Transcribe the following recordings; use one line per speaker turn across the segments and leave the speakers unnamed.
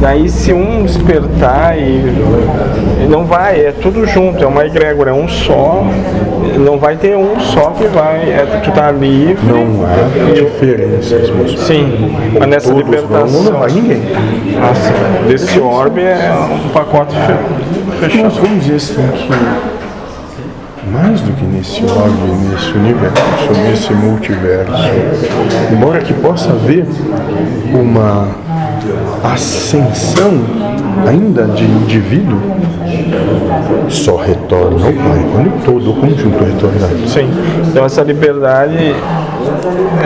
Daí se um despertar e e não vai, é tudo junto, é uma egrégora, é um só, não vai ter um só que vai, é, tu tá livre.
Não há
E-
diferenças, moço.
Sim, mas nessa
Todos
libertação.
vão, não vai ninguém. Ah,
Nossa, desse orbe é um pacote fe- fechado.
Nós vamos dizer assim que mais do que nesse orbe, nesse universo, nesse multiverso, embora que possa haver uma ascensão ainda de indivíduo, só retorna ao Pai quando todo o conjunto retornar.
Sim. Então essa liberdade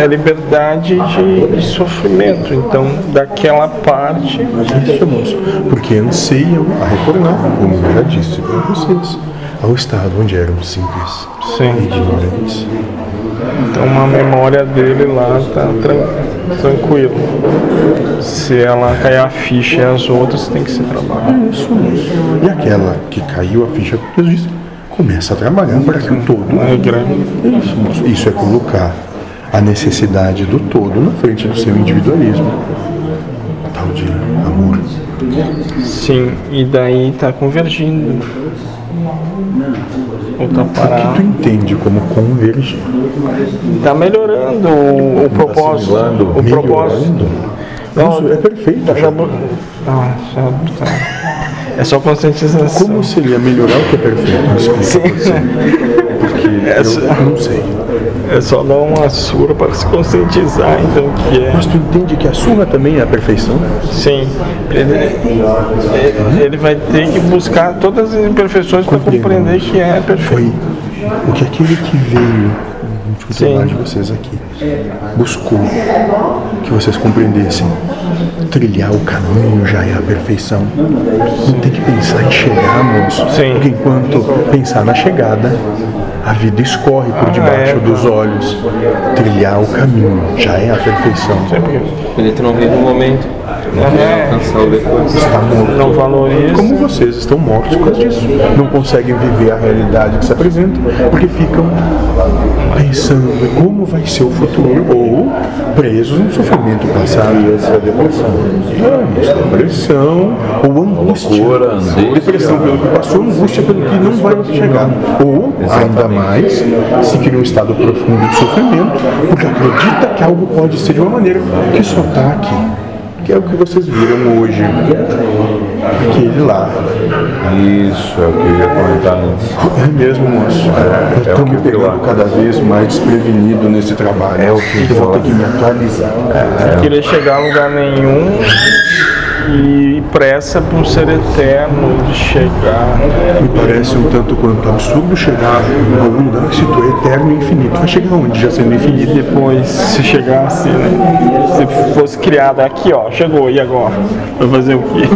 é liberdade de, de sofrimento. Então daquela parte
Isso, moço, porque anseiam a retornar, como eu já disse para vocês, ao estado onde eram simples e
sim.
ignorantes.
Então uma memória dele lá tá tran- tranquilo. Se ela cair a ficha e as outras tem que ser trabalhado.
Isso, moço. E aquela que caiu a ficha, como Deus disse, começa a trabalhar para que o todo.
É grande.
Isso, moço. Isso é colocar a necessidade do todo na frente do seu individualismo. Tal de amor.
Sim, e daí tá convergindo. Ou tá
O que tu
parado.
entende como convergir?
Tá melhorando o, o propósito. O propósito. Não,
Tá Isso é perfeito.
já bo- Ah, já tá. É só conscientização.
Como seria melhorar o que é perfeito? Me explica.
Sim.
Eu não sei.
É só dar uma sura para se conscientizar, então, que é.
Mas tu entende que a suma também é a perfeição?
Sim. Ele, ele vai ter que buscar todas as imperfeições para
Compreendo.
compreender que é perfeito.
Foi o que aquele que veio com o trabalho de vocês aqui buscou que vocês compreendessem. Trilhar o caminho já é a perfeição. Não tem que pensar em chegar, moço.
Sim.
Porque enquanto pensar na chegada, a vida escorre por debaixo
é.
dos olhos. Trilhar o caminho já é a perfeição.
Ele tu não vive o momento, não quer
É.
alcançar o depois.
Está morto.
Não valoriza.
Como vocês estão mortos por causa disso. Não conseguem viver a realidade que se apresenta, porque ficam pensando em como vai ser o futuro, ou presos no sofrimento passado. E essa é depressão. depressão, ou angústia.
Loucura, angústia.
Depressão pelo que passou, angústia pelo que não vai chegar. Ou, ainda mais, se cria um estado profundo de sofrimento, porque acredita que algo pode ser de uma maneira que só está aqui. Que é o que vocês viram hoje. Aquele lá,
Isso, é o que eu ia comentar antes.
é mesmo, moço.
é
Eu tô
o que
me
eu
pegando
acho.
cada vez mais desprevenido nesse trabalho. É o que eu vou ter que me atualizar.
querer chegar a lugar nenhum e pressa para um ser eterno de chegar.
Me parece um tanto quanto absurdo chegar a algum lugar que se tu é eterno e infinito. Vai chegar onde? Já sendo
E
infinito.
depois, se chegasse, né? se fosse criado aqui, ó, chegou, e agora? Vai fazer o quê?